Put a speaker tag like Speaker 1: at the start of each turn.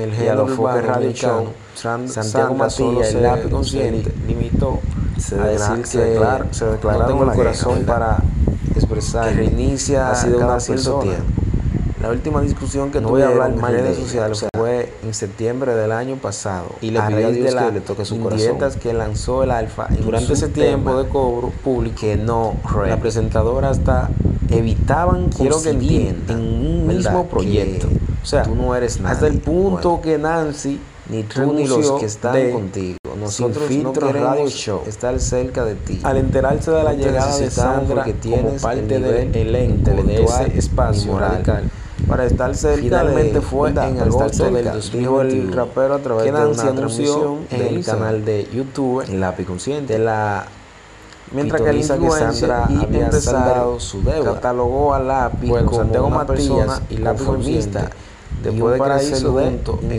Speaker 1: el
Speaker 2: y a
Speaker 1: género
Speaker 2: los foques
Speaker 1: urbano
Speaker 2: radicales,
Speaker 1: mexicano, San-
Speaker 2: Santiago
Speaker 1: Santa solo
Speaker 2: Matías,
Speaker 1: se
Speaker 2: el lápiz
Speaker 1: li-
Speaker 2: consciente,
Speaker 1: li-
Speaker 2: limitó
Speaker 1: se,
Speaker 2: a
Speaker 1: declara-
Speaker 2: decir
Speaker 1: se
Speaker 2: que
Speaker 1: declara- se
Speaker 2: no
Speaker 1: declara
Speaker 2: tengo el
Speaker 1: con la
Speaker 2: corazón
Speaker 1: guerra,
Speaker 2: para expresar,
Speaker 1: que reinicia
Speaker 2: ha sido
Speaker 1: cada
Speaker 2: una
Speaker 1: cierto
Speaker 2: persona.
Speaker 1: tiempo.
Speaker 2: La última discusión que
Speaker 1: No voy a
Speaker 2: tuvieron
Speaker 1: hablar
Speaker 2: en
Speaker 1: mal de
Speaker 2: redes
Speaker 1: ella,
Speaker 2: sociales
Speaker 1: o sea,
Speaker 2: fue en septiembre del año pasado.
Speaker 1: Y le
Speaker 2: a
Speaker 1: pidió a
Speaker 2: raíz
Speaker 1: Dios
Speaker 2: de
Speaker 1: que
Speaker 2: las
Speaker 1: le toque su
Speaker 2: indirectas
Speaker 1: corazón.
Speaker 2: que lanzó el Alfa en
Speaker 1: Durante
Speaker 2: su
Speaker 1: ese
Speaker 2: tema
Speaker 1: tiempo de
Speaker 2: cobro público que no,
Speaker 1: Correcto.
Speaker 2: la presentadora hasta evitaban
Speaker 1: Quiero que
Speaker 2: coincidir
Speaker 1: entiendan,
Speaker 2: en un
Speaker 1: ¿verdad?
Speaker 2: mismo
Speaker 1: que
Speaker 2: proyecto. O sea,
Speaker 1: tú no eres
Speaker 2: hasta el
Speaker 1: nadie.
Speaker 2: punto
Speaker 1: Bueno.
Speaker 2: que Nancy
Speaker 1: ni tú ni los
Speaker 2: renunció
Speaker 1: que están
Speaker 2: de
Speaker 1: contigo.
Speaker 2: Sin
Speaker 1: Nosotros no
Speaker 2: Filtro
Speaker 1: queremos
Speaker 2: Radio Show.
Speaker 1: estar cerca de ti.
Speaker 2: Al enterarse de la
Speaker 1: No te
Speaker 2: llegada de
Speaker 1: necesitamos
Speaker 2: Sandra
Speaker 1: porque
Speaker 2: como
Speaker 1: tienes
Speaker 2: parte
Speaker 1: el
Speaker 2: del
Speaker 1: nivel
Speaker 2: elenco de
Speaker 1: intelectual
Speaker 2: ese espacio
Speaker 1: y moral.
Speaker 2: radical, para estar cerca
Speaker 1: Finalmente
Speaker 2: de-
Speaker 1: fue
Speaker 2: ¿verdad?
Speaker 1: en
Speaker 2: Para estar
Speaker 1: agosto del
Speaker 2: cerca, dijo el
Speaker 1: 2021,
Speaker 2: rapero a través
Speaker 1: que
Speaker 2: de
Speaker 1: Nancy
Speaker 2: una
Speaker 1: anunció
Speaker 2: transmisión
Speaker 1: en
Speaker 2: del
Speaker 1: Instagram.
Speaker 2: canal de YouTube
Speaker 1: el lápiz
Speaker 2: de
Speaker 1: consciente.
Speaker 2: la mientras que el
Speaker 1: Pitonisa que
Speaker 2: influencer
Speaker 1: Sandra
Speaker 2: y
Speaker 1: había
Speaker 2: empresario
Speaker 1: saldado su deuda.
Speaker 2: catalogó a Lápiz
Speaker 1: Bueno,
Speaker 2: como
Speaker 1: Santiago
Speaker 2: una
Speaker 1: Matías
Speaker 2: persona
Speaker 1: y Lápiz
Speaker 2: conformista
Speaker 1: Consciente, y
Speaker 2: después
Speaker 1: un
Speaker 2: de
Speaker 1: paraíso
Speaker 2: crecerlo
Speaker 1: de
Speaker 2: junto en